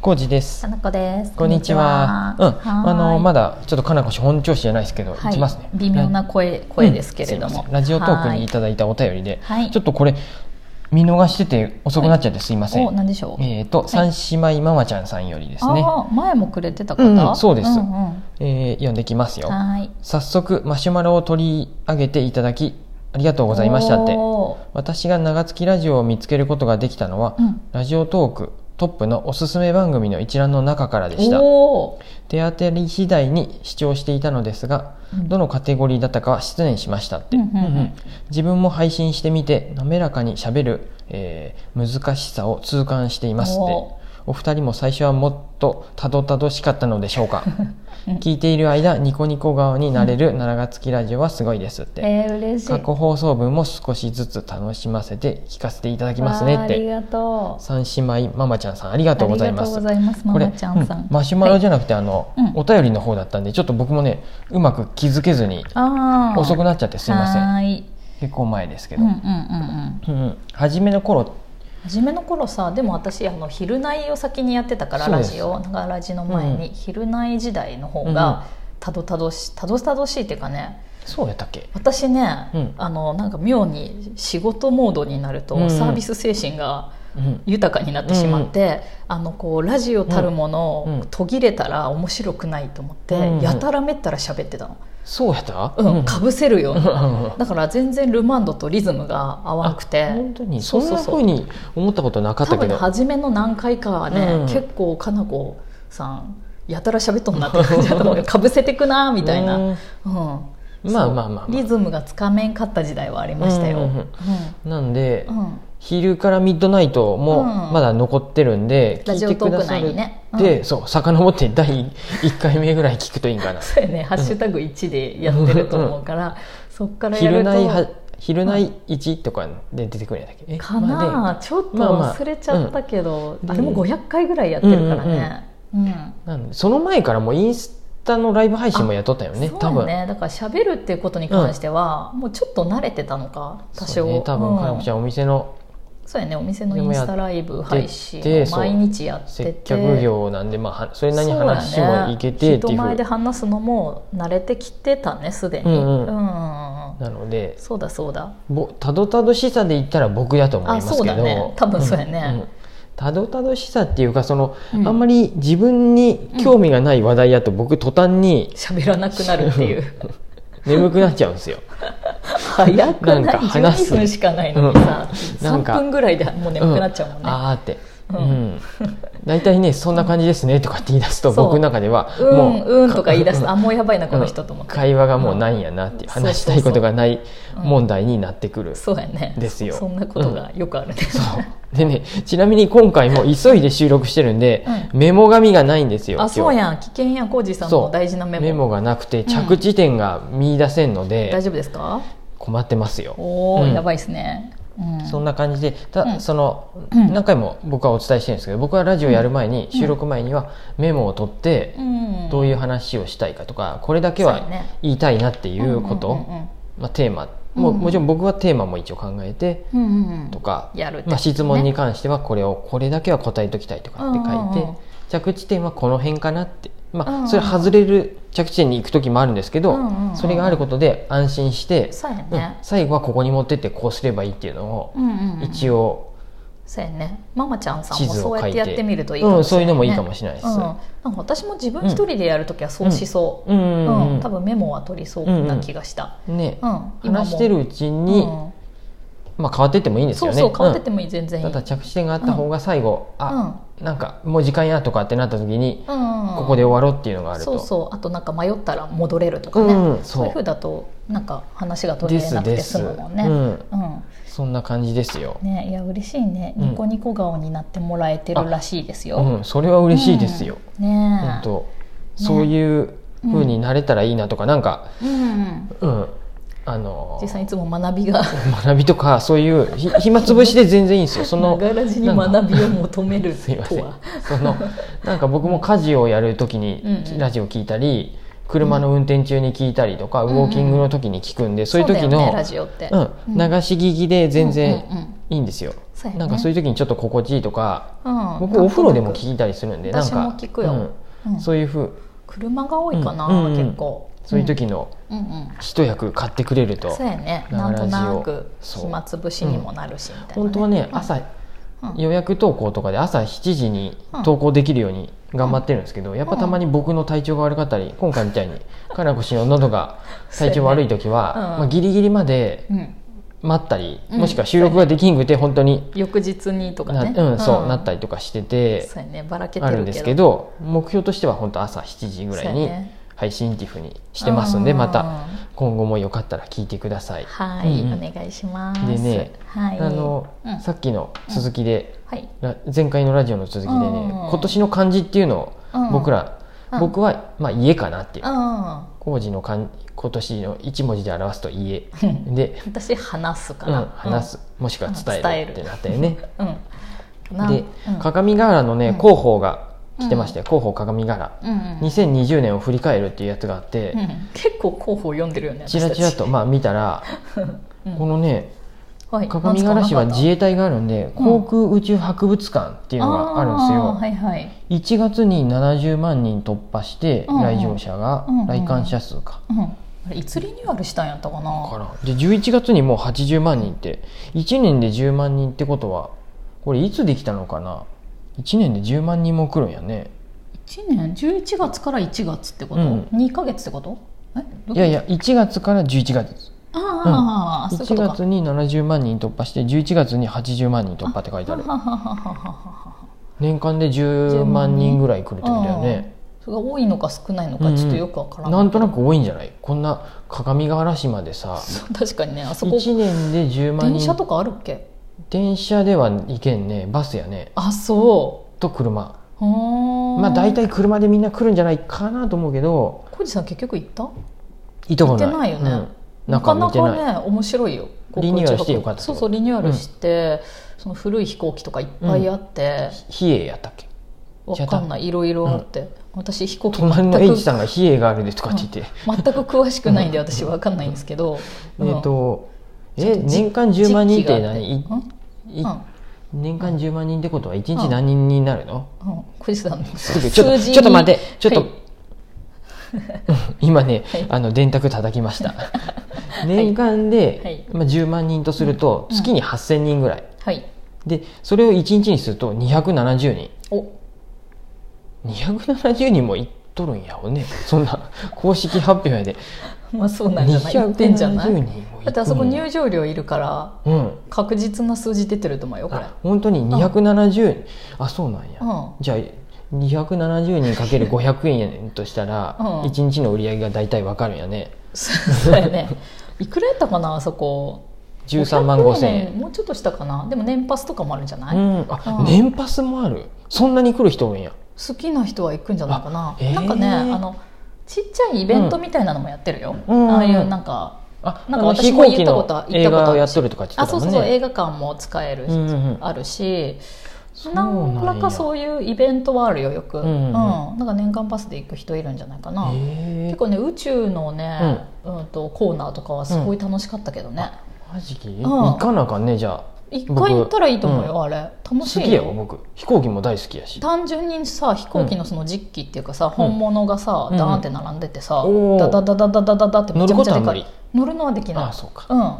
浩二ですか。なこです。こんにちは。うん、あのまだだちょっとかなこ氏本調子じゃないですけど、行きますね。微妙な声声ですけれどうんすいまもせん。ラジオトークにいはただいたお便りで、はいちょっとこれ見逃してて遅くなっちゃってすいません。お何でしょう。えっ、と三姉妹ママちゃんさんよりですね。ああ前もくれてたうんう方。んそうですんんえー読んできますよ。はい。早速マシュマロを取り上げていただきありがとうございましたって。お私が長月ラジオを見つけることができたのは、ー。うん。ラジオトークトップのおすすめ番組の一覧の中からでした。お手当たり次第に視聴していたのですが、うんどのカテゴリーだったかは失念しましたって、うんうんうん自分も配信してみて滑らかにしゃべる、えー難しさを痛感していますっておお二人も最初はもっとたどたどしかったのでしょう かうん聞いている間ニコニコ顔になれる奈良が月ラジオはすごいですっー。て、えー嬉しい。過去放送分も少しずつ楽しませて聞かせていただきますねっわーありてがとう。三姉妹ママちゃんさんありがとうございまありがすとうございます。マこれマちゃんさ。うんんマシュマロじゃなくて、あの、うんお便りの方だったんでちょっと僕もねうまく気づけずにああ。遅くなっちゃってすいませんはーい。結構前ですけうど、んううんうんんうん。うん初めの頃初めの頃さでも私あの昼内を先にやってたからそうラですジオ長ラジの前に、う昼内時代の方うんうんがたどたどしいたどたどしいっていうかねそうやったっけ私ね、うんあのなんか妙に仕事モードになると、うんうんサービス精神がうん豊かになってしまって、あのこうラジオたるものを、うんうん途切れたら面白くないと思って、うんうんやたらめったら喋ってたの、そうやったうんうんかぶせるよ ううんなう んだから全然ルマンドとリズムが合わなくてあ本当にそうそうそうそそううふうに思ったことなかっ多たけ分ねど初めの何回かはね、うん結構かなこさんやたら喋っとんなって感じだと思うけどかぶせてくなーみたいな、ううんんまあそうまあまあまあリズムがつかめんかった時代はありましたよ、ううんんうんなんで、うん昼からミッドナイトうもんまだ残ってるんで、ラジ聞オいてトくーだクさ内るにね、うんでそう遡って第1回目ぐらい聞くといいんかなそうやね「ハッシュタグ1」でやってると思うから、そっからやる昼と内は昼内1とかで出てくるんやったっけえかまあなであちょっとまあまあ忘れちゃったけど、うんあれも500回ぐらいやってるからね、うんなんでその前からもうインスタのライブ配信もやっとったよねそう多分ねだから喋るっていうことに関しては、もうちょっと慣れてたのか多そ少うね多分かなこちゃうんんお店のそうやねお店のインスタライブ配信でもやってをて毎日やってて接客業なんでまあはそれなりに話そうやもねいけてっていう人ふう前で話すのも慣れてきてたねすでにうんうんうんなのでそうだそうだぼたどたどしさで言ったら僕だと思いますけあそうだど、ね多分そうやねんんたどたどしさっていうかその、うんあんまり自分に興味がない話題やと僕途端に喋らなくなるっていう眠くなっちゃうんですよ早くないなんか話す12分しかないのにさ、うんなんか3分ぐらいでもう眠くなっちゃうもんね、あーって、ううんん大体ねそんな感じですねとかって言い出すとそう僕の中ではうんもううんとか言い出すとあもうやばいなこのうん人と思って、会話がもうないんやなっていううん話したいことがないうん問題になってくる。そうやねですよそそんなことがよくあるね、そう でねちなみに今回も急いで収録してるんで、うメモ紙がないんですよ。あ今日そうやん危険やん浩二さんそのう大事なメモメモがなくて着地点が見出せんので、大丈夫ですか困ってますよ。おお、うんやばいですね、うん、そんな感じでた、うんその、うん何回も僕はお伝えしてるんですけど僕はラジオやる前に、収録前にはメモを取って、うんどういう話をしたいかとかこれだけそうはやね言いたいなっていうこうんと、まあ、テーマもうんうんもちろん僕はテーマも一応考えてうんうんうんうんとか、やるってことねまあ、質問に関してはこれをこれだけは答えときたいとかって書いて、うんうんうん着地点はこの辺かなって、うんまうんあ、それ外れる着地点に行く時もあるんですけど、うんうんうんそれがあることで安心して、そうやねうん最後はここに持ってってこうすればいいっていうのをうんうんうん一応そうやねママちゃんさん地も図そうをや書っいててやってみるといいかもしれない、ねうんそういうのもいいかもしれないですうんなんか私も自分一人でやるときはそうしそう、うんうんうんうん多分メモは取りそうな気がした、ね、うん今も話してるうちに、うんまあ、変わってってもいいんですそようね。そう変わってうんってもいい全然いい、ただ着地点があった方が最後、あ、うなんかもう時間やとかってなった時に、うんここで終わろうっていうのがあるとそうそうあとなんか迷ったら戻れるとかね、うんそうそういうふうだとなんか話が途切れなくて済むもんねですうんですそんな感じですよ、ねいや嬉しいね、うんニコニコ顔になってもらえてるらしいですよ、うん、それは嬉しいですよ、うんねえ本当、そういう風になれたらいいなとか、なんか、うんうん、あの実際いつも学びが 学びとかそういうひ暇つぶしで全然いいんですよその長らじになんか学びを求めるすいまとせんはそのなんか僕も家事をやる時にうんうんラジオ聞いたり車の運転中に聞いたりとか、んウォーキングの時に聞くんで、そういう時だよのね、ラジオって、うん、流し聞きで全然うんうんうんいいんですよ、そうやねなんかそういう時にちょっと心地いいとか、うん僕お風呂でもい聞いたりするんでなん私かも聞くよ、うんうんそういうふう車が多いかな、うんうんうん結構そういう時のうんうん一役買ってくれると、そうやねなながんらとじをなくそう暇つぶしにもなるしみたいな、ね本当はねうん朝うん予約投稿とかで朝7時に投稿できるように頑張ってるんですけどやっぱたまに僕の体調が悪かったり今回みたいにかなこ氏の喉 が体調悪い時は、そうやねうんまあ、ギリギリまでうん待ったりうんもしくは収録ができんくて本当に翌日にとかな,、ねうんそうなったりとかしててそうやねばらけてあるけどるんですけど目標としては本当朝7時ぐらいそうにやね配信っていうふうにしてますんでうんまた今後もよかったら聞いてください。はい、うんうんお願いしますでねはいあのうんさっきの続きで、はいら前回のラジオの続きでね、うん今年の漢字っていうのうをん僕ら、うん僕は、まあ、家かなっていうう、ん工事の漢今年の一文字で表すと家うんで、私話すかうんら、話す、もしくは伝えるってなったよね。うん、うんかなでうん鏡ヶ原のねうん広報が来てまして、広報鏡ヶ原うんうん2020年を振り返るっていうやつがあって、うん結構候補読んでるよねちらちらとまあ見たら、うんこのねはい鏡ヶ原市は自衛隊があるんで、うん航空宇宙博物館っていうのがあるんですよ。ーはいはい1月に70万人突破してうんうん来場者が、うんうん来館者数か。うんあれいつリニューアルしたんやったかわかならんで11月にもう80万人って1年で10万人ってことはこれいつできたのかな1年で10万人も来るんやね1年11月から1月ってこと、うん2か月ってことえどううこといやいや1月から11月ですああ、そういうこ1とか月に70万人突破して11月に80万人突破って書いてあるはははははは年間で10万人ぐらい来るってことだよねそれが多いのか少ないのかちょっとよくわからなんとなくく多いんじゃないこんな鏡ヶ原市までさ確かにねあそこ1年で10万人電車とかあるっけ電車では行けんねバスやねあそと車うままあ大体車でみんな来るんじゃないかなと思うけど浩二さん結局行ったいとこない行ってないよねうん、なか中な見てないかね面白いよリニューアルしてよかったってことそうそうリニューアルして、その古い飛行機とかいっぱいあって、比叡やったっけわかんないいろいろあって、私飛行機隣の H 全さんが比叡があるでとかって言って、く全く詳しくないんで私わかんないんですけど、うんえっ、とちょっえとじ年間10万人っ時期があて何いうんいうん年間10万人ってことは1日何人になるの、うん小路さんのすぐちょっと数字にちょっと待ってちょっと、はい今ね、はいあの電卓叩きました年間で、はいまあ、10万人とするとうん月に8000人ぐらい、はいでそれを1日にすると270人お 270人もいっとるんやろねそんな公式発表やでまあそうなんじゃない言ってんじゃない270人もいだっってとあそこるん入や場料いるからうん確実な数字出てると思うよこれあ本当に270人あそうなんや、うんじゃあ270人かける500円としたら、うん1日の売り上げが大体わかるんやねそうやね いくらやったかなあそこ13万5千円500もうちょっとしたかなでも年パスとかもあるんじゃない、うん、あ、うん年パスもあるそんなに来る人多いんや好きな人は行くんじゃないかなあ、へーなんかねあのちっちゃいイベントみたいなのもやってるよ、うんああいうなんかあなんあかの私も行ったことは映行ったこ画とあをやるしっとるとかって言っあてたそうもんねそうそう映画館も使えるうし、んうんうんあるしそうななんやんらかそういうイベントはあるよよく、うんうんうんなんか年間パスで行く人いるんじゃないかへな、え結構ね宇宙のね、うんとコーナーとかはすごい楽しかったけどね、マジき、ん行かなあかんねじゃあ一回行ったらいいと思うよ、あれ楽好しきいやわ僕飛行機も大好きやし単純にさ飛行機のその実機っていうかさ、本物がさ、うんダーンって並んでてさ、おーダダダダダダダダってめちゃめちゃでかい乗るのはできあなあいそうかうん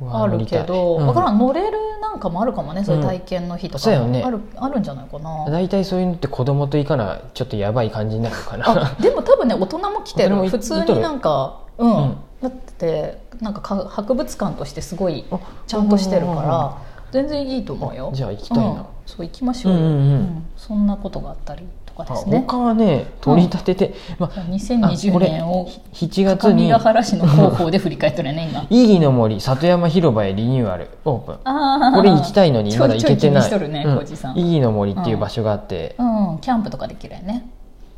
うわあるけど、乗りたいわからうん乗れるなんかもあるかもねそういう体験の日うとか、んそうやよね、あるあるんじゃないかなん大体そういうのって子供と行かなちょっとやばい感じになるかな あでも多分ね大人も来て大人るもい普通いとるになんかうん、うんだってなんかか博物館としてすごいちゃんとしてるから全然いいと思うよじゃあ行きたいなうんそう行きましょうよ、うんうんうんそんなことがあったりとかですね他はね取り立てて、まああこ2020れ年を7月上にヶ原市の広報で振り返ってるよ ね今「意義の森里山広場へリニューアルオープン」あーこれ行きたいのにまだ行けてないちょいちょい気にしとるね、うん浩二さん、意義の森っていう場所があって、うん、キャンプとかできるよね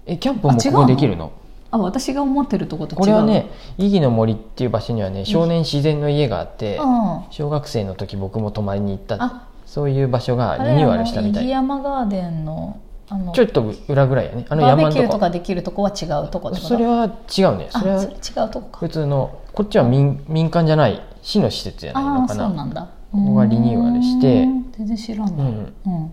えキャンプもこあ違うこのできるのあ私が思ってるとこと違うこれはね意義の森っていう場所にはね少年自然の家があって、うん小学生の時僕も泊まりに行ったあそういう場所があリれニューアルしたみたあのいイギ山ガーデンのあのちょっと裏ぐらいやねあのバー山ベのキューととこかできるとこは違うとこってことそれは違うねあそれはそれ違うとこか普通のこっちは民民間じゃない市の施設やないあのあかーなそうなんだここがリニューアルしてうん全然知らない、うんうん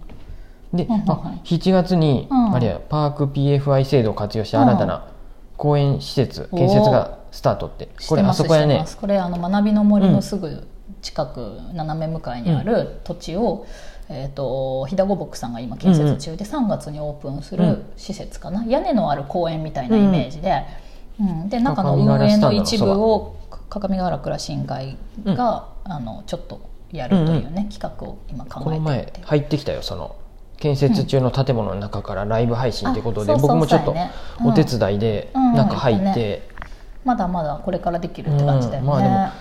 で、はいはいはあ7月に、うんあれやパーク PFI 制度を活用して新たな公園施設、おー建設がスタートって知こってれあまそすこや知ってねますこれあの学びの森のすぐ近く、斜め向かいにある土地を、えー、と飛騨御牧さんが今建設中で、3月にオープンすうるん施設かな、屋根のある公園みたいなイメージで、うんで中の各務運原営スタのンドの一そば部を各務原倉新会が、あのちょっとやるというね、企画を今考このえてい前て。入ってきたよその建設中の建物の中からライブ配信ってことで、あそう僕そうもちょっそうとやねうんお手伝いでうん中入って、うんまだまだこれからできるって感じだようんね。ま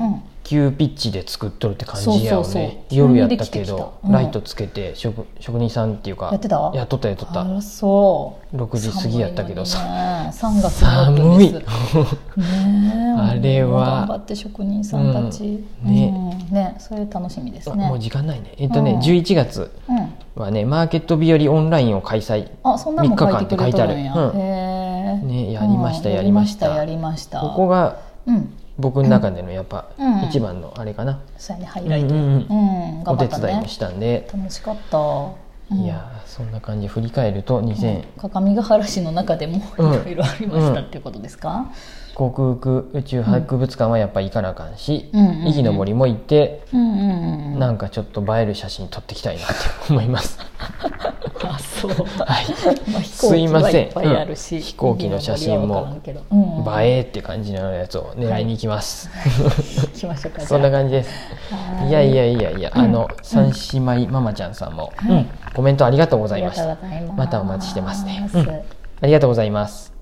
あうん急ピッチで作っとるって感じやよねそうそうそう夜やったけ急にできてきど、たうんライトつけて職職人さんっていうかやってたやっとったやっとったあらそう6時過ぎやったけどささ3月のオ寒ーいプンですねえあれは頑張って職人さんたち、うんねうんねそれ楽しみですあね もう時間ないねえっとね、うん11月うん、はねマーケット日和オンラインを開催あそんなのも書いてくれとるんや、三日間って書いてあるうんへえ、ねやりましたうんやりましたやりましたここがうん僕の中でのやっぱうん一番のあれかな、そうやねハうイんうライト、うんんうんお頑張手った伝いねもしたんで、楽しかった、うんいやーそんな感じ振り返ると2000各務原市の中でもいうんろいろありましたっていうことですか、航空宇宙博物館はやっぱ行かなあかんし、うんうんうん意義の森も行って、うん、うんうんうんなんかちょっと映える写真撮ってきたいなって思います。あそうはい、まあ、飛行すい機まはいせんっぱいあるし、うん飛行機の写真も右の森は分からんけどうん映えって感じのやつを狙いに行きます。行きましょうかじゃあそんな感じです。はいいやいやいやいや、うんあの三姉妹ママちゃんさんも、はいうんコメントありがとうごあざいりがましとうた。ございますまたお待ちしてますねうんありがとうございます。